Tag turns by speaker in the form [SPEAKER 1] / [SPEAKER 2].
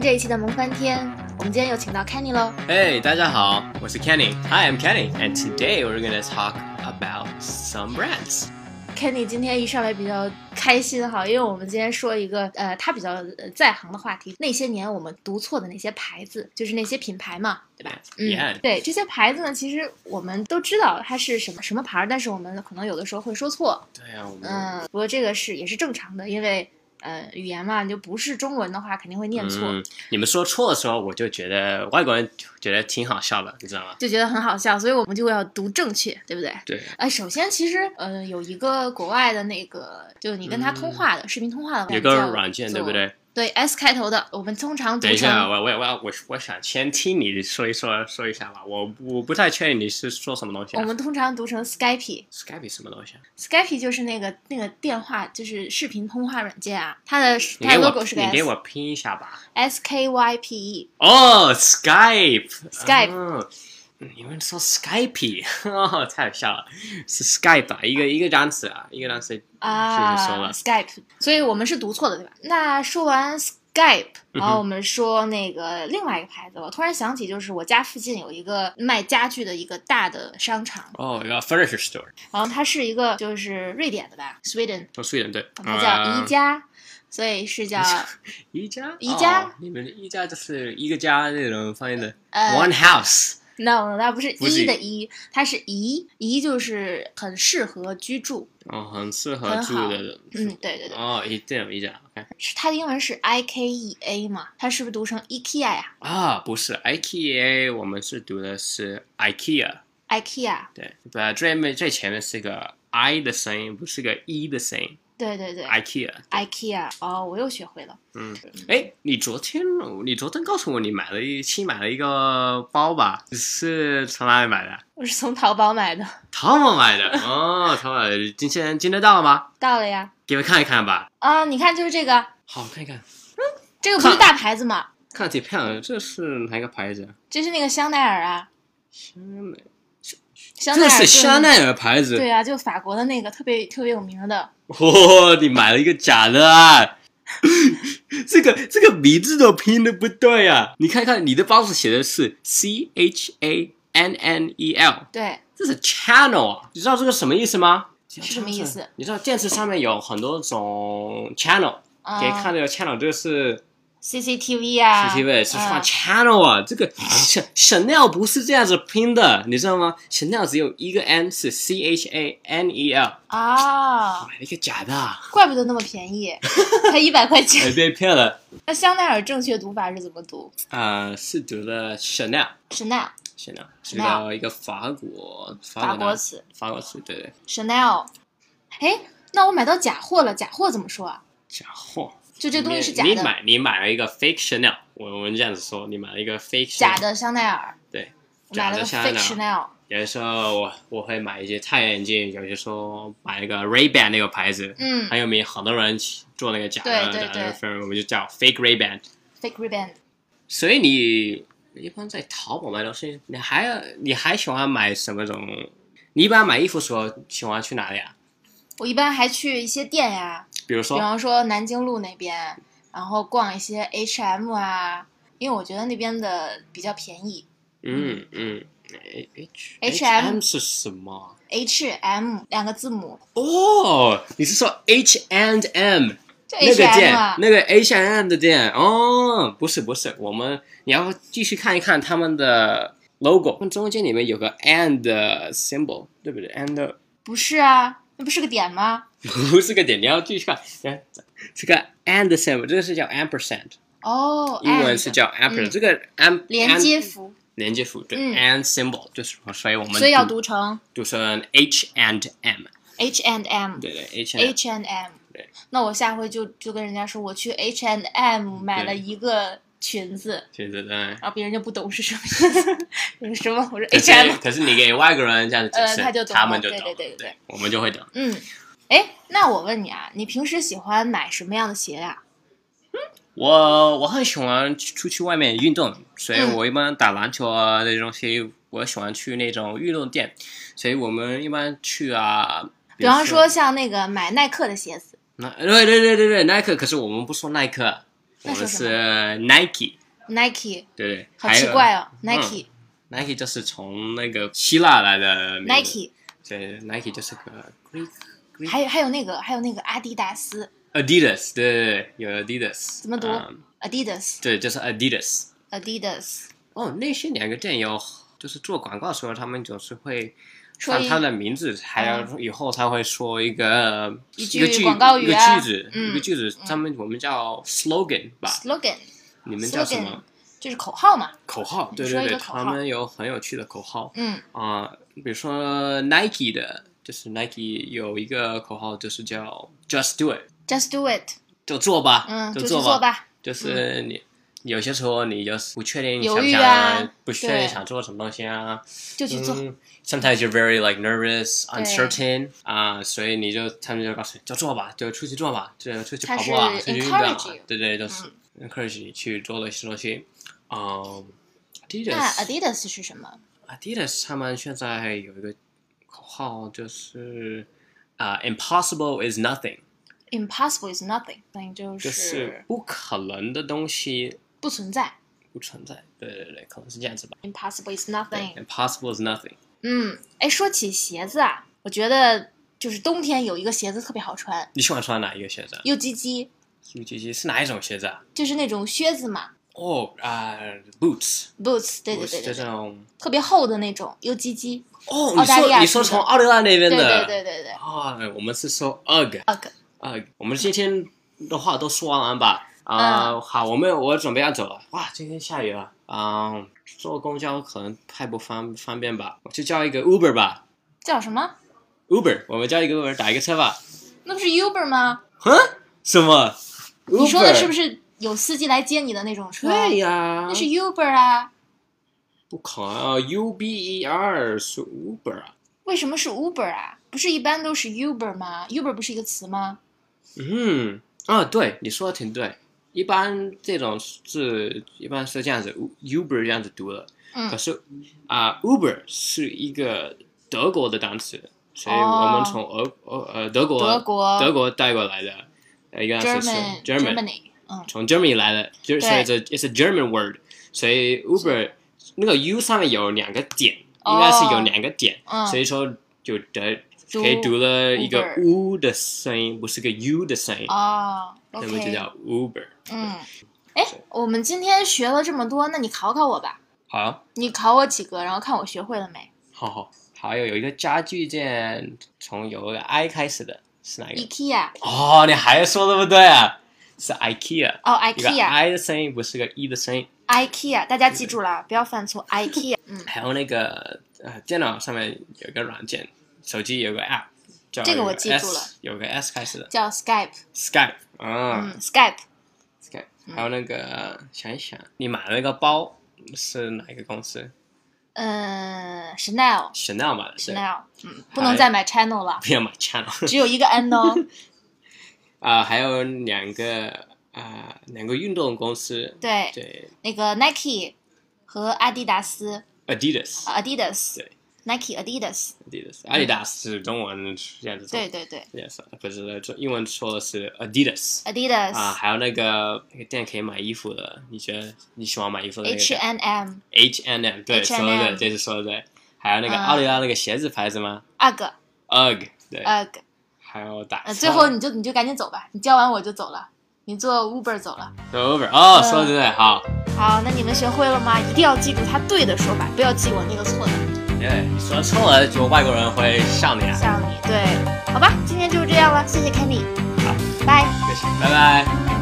[SPEAKER 1] 这一期的萌翻天，我们今天又请到 Kenny 喽。
[SPEAKER 2] Hey, 大家好，我是 Kenny. Hi, I'm Kenny, and today we're gonna talk about some brands.
[SPEAKER 1] Kenny 今天一上来比较开心哈，因为我们今天说一个呃他比较呃在行的话题，那些年我们读错的那些牌子，就是那些品牌嘛，对吧？嗯
[SPEAKER 2] Yeah.
[SPEAKER 1] 对这些牌子呢，其实我们都知道它是什么什么牌儿，但是我们可能有的时候会说错，
[SPEAKER 2] 对啊，我们、
[SPEAKER 1] 嗯，不过这个是也是正常的，因为呃语言嘛，你就不是中文的话肯定会念错，
[SPEAKER 2] 嗯你们说错的时候，我就觉得外国人觉得挺好笑的，你知道吗？
[SPEAKER 1] 就觉得很好笑，所以我们就要读正确，对不对？
[SPEAKER 2] 对，
[SPEAKER 1] 哎，首先其实呃，有一个国外的那个，就你跟他
[SPEAKER 2] 嗯
[SPEAKER 1] 通话的、视频通话的软件
[SPEAKER 2] 有个
[SPEAKER 1] 叫
[SPEAKER 2] 软件，
[SPEAKER 1] 做
[SPEAKER 2] 对不？对？
[SPEAKER 1] 对，S 开头的，我们通常读
[SPEAKER 2] 等一下，
[SPEAKER 1] 成
[SPEAKER 2] 我我我要我我想先听你说一说说一下吧，我我不太确定你是说什么东西、
[SPEAKER 1] 我
[SPEAKER 2] 啊。
[SPEAKER 1] 们通常读成 Skype。
[SPEAKER 2] Skype 什么东西、啊？
[SPEAKER 1] Skype 就是那个那个电话，就是视频通话软件啊。它的
[SPEAKER 2] 你
[SPEAKER 1] 它
[SPEAKER 2] 给
[SPEAKER 1] 的
[SPEAKER 2] 我
[SPEAKER 1] logo 是个
[SPEAKER 2] 你给
[SPEAKER 1] S
[SPEAKER 2] 我拼一下吧。
[SPEAKER 1] S K Y P E。
[SPEAKER 2] 哦、s k y p e s
[SPEAKER 1] Skype
[SPEAKER 2] 你们说 Skype，哦，太好笑了，是 Skype 啊，一个一个单词啊，一个单词
[SPEAKER 1] 啊
[SPEAKER 2] 嗯就是说了
[SPEAKER 1] Skype，所以我们是读错的，对吧？那说完 Skype，
[SPEAKER 2] 嗯哼
[SPEAKER 1] 然后我们说那个另外一个牌子，我突然想起，就是我家附近有一个卖家具的一个大的商场，
[SPEAKER 2] 哦，一个 furniture store，
[SPEAKER 1] 然后它是一个就是瑞典的吧，Sweden，
[SPEAKER 2] 从瑞典对，
[SPEAKER 1] 它叫宜
[SPEAKER 2] 嗯
[SPEAKER 1] 家。所以是叫
[SPEAKER 2] 宜家
[SPEAKER 1] 宜家
[SPEAKER 2] 哦你们的宜家就是一个家那种翻译的
[SPEAKER 1] 呃
[SPEAKER 2] one house，
[SPEAKER 1] ，no，它不是
[SPEAKER 2] 不是
[SPEAKER 1] 一的一，它是宜宜，就是很适合居住。
[SPEAKER 2] 哦，很适合
[SPEAKER 1] 很
[SPEAKER 2] 住
[SPEAKER 1] 好
[SPEAKER 2] 的，
[SPEAKER 1] 嗯，对对对，
[SPEAKER 2] 哦，宜这种宜家，OK，
[SPEAKER 1] 是它的英文是 I K E A 嘛，它是不是读成 E IKEA 呀
[SPEAKER 2] 啊，不是 IKEA，我们是读的是 IKEA，
[SPEAKER 1] ？IKEA，
[SPEAKER 2] 对，把最面最前面是个 i 的声音，不是个 e 的声音 E
[SPEAKER 1] 对对对
[SPEAKER 2] ，IKEA。
[SPEAKER 1] ，IKEA，哦，我又学会了。
[SPEAKER 2] 嗯，哎，你昨天你昨天告诉我你买了一新买了一个包吧？是从哪里买的？
[SPEAKER 1] 我是从淘宝买的，
[SPEAKER 2] 淘宝买的哦，淘宝今天进得到吗？
[SPEAKER 1] 到了呀。
[SPEAKER 2] 给我看一看吧。
[SPEAKER 1] 啊，你看就是这个，
[SPEAKER 2] 好，看一看，
[SPEAKER 1] 这个不是大牌子吗？
[SPEAKER 2] 看挺漂亮的。这是哪个牌子啊？
[SPEAKER 1] 这是那个香奈儿啊，
[SPEAKER 2] 香
[SPEAKER 1] 香奈
[SPEAKER 2] 奈，这
[SPEAKER 1] 儿
[SPEAKER 2] 是
[SPEAKER 1] 就
[SPEAKER 2] 香。奈儿牌子。
[SPEAKER 1] 对啊，就法国的那个特别特别有名的，
[SPEAKER 2] 哦，你买了一个假的啊！ 这个这个名字都拼的不对啊！你看看你的包上写的是 C H A N N E L，
[SPEAKER 1] 对，
[SPEAKER 2] 这是 channel 啊，你知道这个什么意思吗？是
[SPEAKER 1] 什么意思？
[SPEAKER 2] 你知道电视上面有很多种 channel，
[SPEAKER 1] 啊、
[SPEAKER 2] 给看这个 channel 就是
[SPEAKER 1] CCTV 啊
[SPEAKER 2] CCTV 是
[SPEAKER 1] 啊
[SPEAKER 2] 放 channel 啊，这个 Ch- Chanel 不是这样子拼的，你知道吗？Chanel 只有一个 n 是 C H A N E L，
[SPEAKER 1] 啊，
[SPEAKER 2] 买了一个假的啊，
[SPEAKER 1] 怪不得那么便 宜，才一百块
[SPEAKER 2] 哎
[SPEAKER 1] 钱。
[SPEAKER 2] 被骗了。
[SPEAKER 1] 那香奈儿正确读法是怎么读
[SPEAKER 2] 呃，是读的 Chanel。
[SPEAKER 1] ？Chanel，
[SPEAKER 2] Chanel 是个一个法国
[SPEAKER 1] 法
[SPEAKER 2] 法
[SPEAKER 1] 国
[SPEAKER 2] 国
[SPEAKER 1] 词
[SPEAKER 2] 法国词，对对，
[SPEAKER 1] Chanel。哎，那我买到假货了，假货怎么说啊？
[SPEAKER 2] 假货。
[SPEAKER 1] 就这东西是假
[SPEAKER 2] 你
[SPEAKER 1] 的
[SPEAKER 2] 你，买你买了一个 fake Chanel，我我们这样子说，你买了一个 fake Chanel,
[SPEAKER 1] 假的香奈儿，
[SPEAKER 2] 对，
[SPEAKER 1] 我买了个
[SPEAKER 2] 假的
[SPEAKER 1] fake
[SPEAKER 2] 香
[SPEAKER 1] Chanel。
[SPEAKER 2] 有的时候我我会买一些太阳眼镜，有些时候买那个 Ray Ban 那个牌子，
[SPEAKER 1] 嗯
[SPEAKER 2] 很有名，很多人做那个假的，
[SPEAKER 1] 对对
[SPEAKER 2] 假的分，我们就叫 fake Ray Ban。
[SPEAKER 1] ，fake ribbon。
[SPEAKER 2] 所以你一般在淘宝买东西，你还要你还喜欢买什么种？你一般买衣服的时候喜欢去哪里啊？
[SPEAKER 1] 我一般还去一些店呀，
[SPEAKER 2] 比如
[SPEAKER 1] 比
[SPEAKER 2] 说，
[SPEAKER 1] 方说南京路那边，然后逛一些 H&M 啊，因为我觉得那边的比较便宜。
[SPEAKER 2] 嗯嗯，H
[SPEAKER 1] H&M
[SPEAKER 2] M 是什么？
[SPEAKER 1] H&M 两个字母，
[SPEAKER 2] 哦，你是说 H and M
[SPEAKER 1] 就
[SPEAKER 2] 那个
[SPEAKER 1] H&M
[SPEAKER 2] 店
[SPEAKER 1] 啊，，
[SPEAKER 2] 那个 H and M 的店？哦，不是不是，我们你要继续看一看他们的 logo，它中间里面有个 and symbol，对不对？and
[SPEAKER 1] 不是啊，那不是个点吗？
[SPEAKER 2] 不是个点，你要继续看，你看这个 and symbol，这个是叫 ampersand，
[SPEAKER 1] 哦，
[SPEAKER 2] 英文
[SPEAKER 1] and
[SPEAKER 2] 是叫 ampersand，、
[SPEAKER 1] 嗯
[SPEAKER 2] 这个 am
[SPEAKER 1] 连接符，
[SPEAKER 2] 连接符，对、
[SPEAKER 1] 嗯
[SPEAKER 2] and symbol 就是说，所以我们
[SPEAKER 1] 所以要读成
[SPEAKER 2] 读成 H and M。
[SPEAKER 1] H&M。
[SPEAKER 2] 对对，H and
[SPEAKER 1] H&M
[SPEAKER 2] 对。
[SPEAKER 1] 那我下回就就跟人家说，我去 H&M
[SPEAKER 2] 嗯
[SPEAKER 1] 买了一个裙子，
[SPEAKER 2] 对对对。
[SPEAKER 1] 然后别人就不懂是什么意思。 我说什么？我说
[SPEAKER 2] 可
[SPEAKER 1] H&M
[SPEAKER 2] 是。可是你给外国人这样子解释，
[SPEAKER 1] 呃他就懂了
[SPEAKER 2] 们就懂了，
[SPEAKER 1] 对对对对对
[SPEAKER 2] 我们就会懂。
[SPEAKER 1] 嗯，哎，那我问你啊，你平时喜欢买什么样的鞋啊呀、
[SPEAKER 2] 我我很喜欢出去外面运动，所以
[SPEAKER 1] 嗯
[SPEAKER 2] 我一般打篮球啊这些东西，我喜欢去那种运动店，所以我们一般去啊，
[SPEAKER 1] 比方说像那个买耐克的鞋子
[SPEAKER 2] 那对对对对对耐克，可是我们不说耐克，
[SPEAKER 1] 那
[SPEAKER 2] 我们
[SPEAKER 1] 是什
[SPEAKER 2] 是 Nike，
[SPEAKER 1] Nike，
[SPEAKER 2] 对对，
[SPEAKER 1] 好
[SPEAKER 2] 还有
[SPEAKER 1] 奇怪哦
[SPEAKER 2] 嗯
[SPEAKER 1] ，Nike
[SPEAKER 2] Nike 就是从那个希腊来的名字
[SPEAKER 1] Nike，
[SPEAKER 2] 对，Nike 就是个 Greek
[SPEAKER 1] 还有还有那个还有那个阿迪达斯
[SPEAKER 2] Adidas，对对对，有 Adidas，
[SPEAKER 1] 怎么读
[SPEAKER 2] 嗯
[SPEAKER 1] ，Adidas
[SPEAKER 2] 对，就是 Adidas。
[SPEAKER 1] Adidas，
[SPEAKER 2] 哦，那些两个店有，就是做广告的时候，他们总是会
[SPEAKER 1] 说
[SPEAKER 2] 按
[SPEAKER 1] 一嗯
[SPEAKER 2] 他的名字，还有以后他会说一个
[SPEAKER 1] 一
[SPEAKER 2] 个
[SPEAKER 1] 句
[SPEAKER 2] 句
[SPEAKER 1] 广告语啊
[SPEAKER 2] 一个句子，
[SPEAKER 1] 嗯
[SPEAKER 2] 一个句子，他们我们叫 slogan 吧，
[SPEAKER 1] slogan
[SPEAKER 2] 你们叫什么？
[SPEAKER 1] 就是口号嘛，
[SPEAKER 2] 口号，对
[SPEAKER 1] 说
[SPEAKER 2] 对
[SPEAKER 1] 一
[SPEAKER 2] 对，
[SPEAKER 1] 个口
[SPEAKER 2] 他
[SPEAKER 1] 号
[SPEAKER 2] 们有很有趣的口号
[SPEAKER 1] 嗯
[SPEAKER 2] 啊、比如说 Nike 的，就是 Nike 有一个口号就是叫 Just Do It，
[SPEAKER 1] ，Just do it，
[SPEAKER 2] 就做吧，
[SPEAKER 1] 嗯，就
[SPEAKER 2] 就
[SPEAKER 1] 去
[SPEAKER 2] 做
[SPEAKER 1] 做吧，
[SPEAKER 2] 就是你、有些时候你就是不确定你想
[SPEAKER 1] 犹
[SPEAKER 2] 不
[SPEAKER 1] 豫
[SPEAKER 2] 想，
[SPEAKER 1] 啊
[SPEAKER 2] 不确定
[SPEAKER 1] 对
[SPEAKER 2] 想做什么东西啊，
[SPEAKER 1] 就去做，
[SPEAKER 2] 嗯 Sometimes you're very like nervous, uncertain 啊、所以你就他们就告诉你就做吧，就出去做吧，就出去跑步啊，
[SPEAKER 1] 它
[SPEAKER 2] 出
[SPEAKER 1] 是
[SPEAKER 2] 去运动啊
[SPEAKER 1] encourage you，
[SPEAKER 2] 对对，就是 encourage 你去做的一些东西。嗯
[SPEAKER 1] 那
[SPEAKER 2] ，Adidas
[SPEAKER 1] Adidas 是什么？
[SPEAKER 2] Adidas 他们现在有一个口号就是啊、i m p o s s i b l e is nothing，
[SPEAKER 1] Impossible is nothing，等于就
[SPEAKER 2] 就是
[SPEAKER 1] 是
[SPEAKER 2] 不可能的东西
[SPEAKER 1] 不存在。
[SPEAKER 2] 不存在。对对对，可能是这样子吧。
[SPEAKER 1] Impossible is
[SPEAKER 2] 对
[SPEAKER 1] nothing。
[SPEAKER 2] ，impossible is nothing。
[SPEAKER 1] 嗯，哎，说起鞋子啊，我觉得就是冬天有一个鞋子特别好穿
[SPEAKER 2] 你喜欢穿哪一个鞋子啊？
[SPEAKER 1] ，U G G，
[SPEAKER 2] U G G 是哪一种鞋子啊？
[SPEAKER 1] 就是那种靴子嘛
[SPEAKER 2] 哦啊、b o o t s
[SPEAKER 1] ，boots，对对
[SPEAKER 2] boots
[SPEAKER 1] 对
[SPEAKER 2] 就
[SPEAKER 1] 对
[SPEAKER 2] 这
[SPEAKER 1] 对，
[SPEAKER 2] 种。
[SPEAKER 1] 特别厚的那种 U G G，
[SPEAKER 2] 哦，你
[SPEAKER 1] 澳大利亚
[SPEAKER 2] 说你
[SPEAKER 1] 是
[SPEAKER 2] 说
[SPEAKER 1] 的
[SPEAKER 2] 从澳大利亚那边
[SPEAKER 1] 对对
[SPEAKER 2] 的
[SPEAKER 1] 对对对
[SPEAKER 2] 啊、我们是说 UGG
[SPEAKER 1] ，UGG，
[SPEAKER 2] UGG。我们今天的话都说完吧？啊、
[SPEAKER 1] 嗯
[SPEAKER 2] 好，我们我准备要走了。哇，今天下雨了，啊、坐公交可能太不方方便吧，我就叫一个 Uber 吧。
[SPEAKER 1] 叫什么？
[SPEAKER 2] Uber，我们叫一个 Uber 打一个车吧。
[SPEAKER 1] 那不是 Uber 吗？
[SPEAKER 2] 哼，什么？
[SPEAKER 1] 你说的是不
[SPEAKER 2] 是？
[SPEAKER 1] 是有司机来接你的那种车？
[SPEAKER 2] 对呀、
[SPEAKER 1] 那是 Uber 啊，
[SPEAKER 2] 不可能啊，U B E R 是 Uber 啊。
[SPEAKER 1] 为什么是 Uber 啊？不是一般都是 Uber 吗？Uber 不是一个词吗？
[SPEAKER 2] 嗯啊，对，你说的挺对。一般这种是一般是这样子，U-，Uber 这样子读的。
[SPEAKER 1] 嗯
[SPEAKER 2] 可是啊、u b e r 是一个德国的单词，所以我们从俄俄呃德国
[SPEAKER 1] 德国
[SPEAKER 2] 德国带过来的呃一个单词是
[SPEAKER 1] German
[SPEAKER 2] German，
[SPEAKER 1] Germany，嗯
[SPEAKER 2] 从 Germany 来的，就所以
[SPEAKER 1] 对
[SPEAKER 2] it's a- it's a German word。所以 Uber 那个 U 上面有两个点，应该是有
[SPEAKER 1] 哦
[SPEAKER 2] 两个点，
[SPEAKER 1] 嗯，
[SPEAKER 2] 所以说就得
[SPEAKER 1] 读
[SPEAKER 2] 可以读了一个
[SPEAKER 1] Uber
[SPEAKER 2] u 的声音，不是个 u 的声音。
[SPEAKER 1] 哦
[SPEAKER 2] 那么就
[SPEAKER 1] ，OK，
[SPEAKER 2] 叫 Uber。
[SPEAKER 1] 嗯，哎，我们今天学了这么多，那你考考我吧，
[SPEAKER 2] 好，
[SPEAKER 1] 你考我几个，然后看我学会了没
[SPEAKER 2] 好好，还有有一个家具店，从有个 I 开始的是哪
[SPEAKER 1] E
[SPEAKER 2] 一个？
[SPEAKER 1] ？IKEA，
[SPEAKER 2] 哦，你还说的不对啊，是 IKEA。
[SPEAKER 1] 哦
[SPEAKER 2] 一个
[SPEAKER 1] ，IKEA，IKEA，
[SPEAKER 2] I 的声音不是个 E 的声音，
[SPEAKER 1] 大家记住了，不要犯错，IKEA，嗯，
[SPEAKER 2] 还有那个呃电脑上面有一个软件，手机有个 App，叫
[SPEAKER 1] 这个
[SPEAKER 2] 有
[SPEAKER 1] 我记住
[SPEAKER 2] S-
[SPEAKER 1] 了
[SPEAKER 2] 有个 S 开始的
[SPEAKER 1] 叫 Skype，
[SPEAKER 2] Skype 啊
[SPEAKER 1] 嗯，Skype，
[SPEAKER 2] ，Skype，还有那个想一想，你买了那个包是哪一个公司
[SPEAKER 1] 嗯，Chanel。
[SPEAKER 2] ？Chanel 买的，对，哎
[SPEAKER 1] Chanel，嗯，不能再买 Chanel 了，
[SPEAKER 2] 不要买 Chanel。
[SPEAKER 1] 只有一个 N 哦。
[SPEAKER 2] 啊、还有两个啊、两个运动公司，
[SPEAKER 1] 对，
[SPEAKER 2] 对
[SPEAKER 1] 那个 Nike 和阿迪达斯
[SPEAKER 2] ，Adidas，
[SPEAKER 1] 啊，Adidas
[SPEAKER 2] 对。
[SPEAKER 1] Nike Adidas，
[SPEAKER 2] Adidas，阿迪达斯中文是这样子
[SPEAKER 1] 嗯
[SPEAKER 2] 说，
[SPEAKER 1] 对对对
[SPEAKER 2] 这样说，不是中英文说的是 Adidas 啊，
[SPEAKER 1] ，Adidas
[SPEAKER 2] 还有那个那个店可以买衣服的，你觉得你喜欢买衣服的那个
[SPEAKER 1] H
[SPEAKER 2] 店
[SPEAKER 1] and M
[SPEAKER 2] H and M，对，说
[SPEAKER 1] H&M
[SPEAKER 2] 的对，这是说的对，还有那个
[SPEAKER 1] 嗯
[SPEAKER 2] 奥利拉那个鞋子牌子吗
[SPEAKER 1] UGG
[SPEAKER 2] ？UGG，对，
[SPEAKER 1] UGG，
[SPEAKER 2] 还有打
[SPEAKER 1] 呃，
[SPEAKER 2] 车
[SPEAKER 1] 最后你就你就赶紧走吧，你教完我就走了，你坐 Uber 走了。
[SPEAKER 2] Uber，哦，
[SPEAKER 1] 嗯
[SPEAKER 2] 说的对，好，
[SPEAKER 1] 好，那你们学会了吗？一定要记住它对的说法，不要记我那个错的，
[SPEAKER 2] 对，你说错了就外国人会笑你啊，
[SPEAKER 1] 像你对，好吧，今天就是这样了，谢谢 Candy，
[SPEAKER 2] 好，
[SPEAKER 1] 拜。
[SPEAKER 2] 谢谢，拜拜。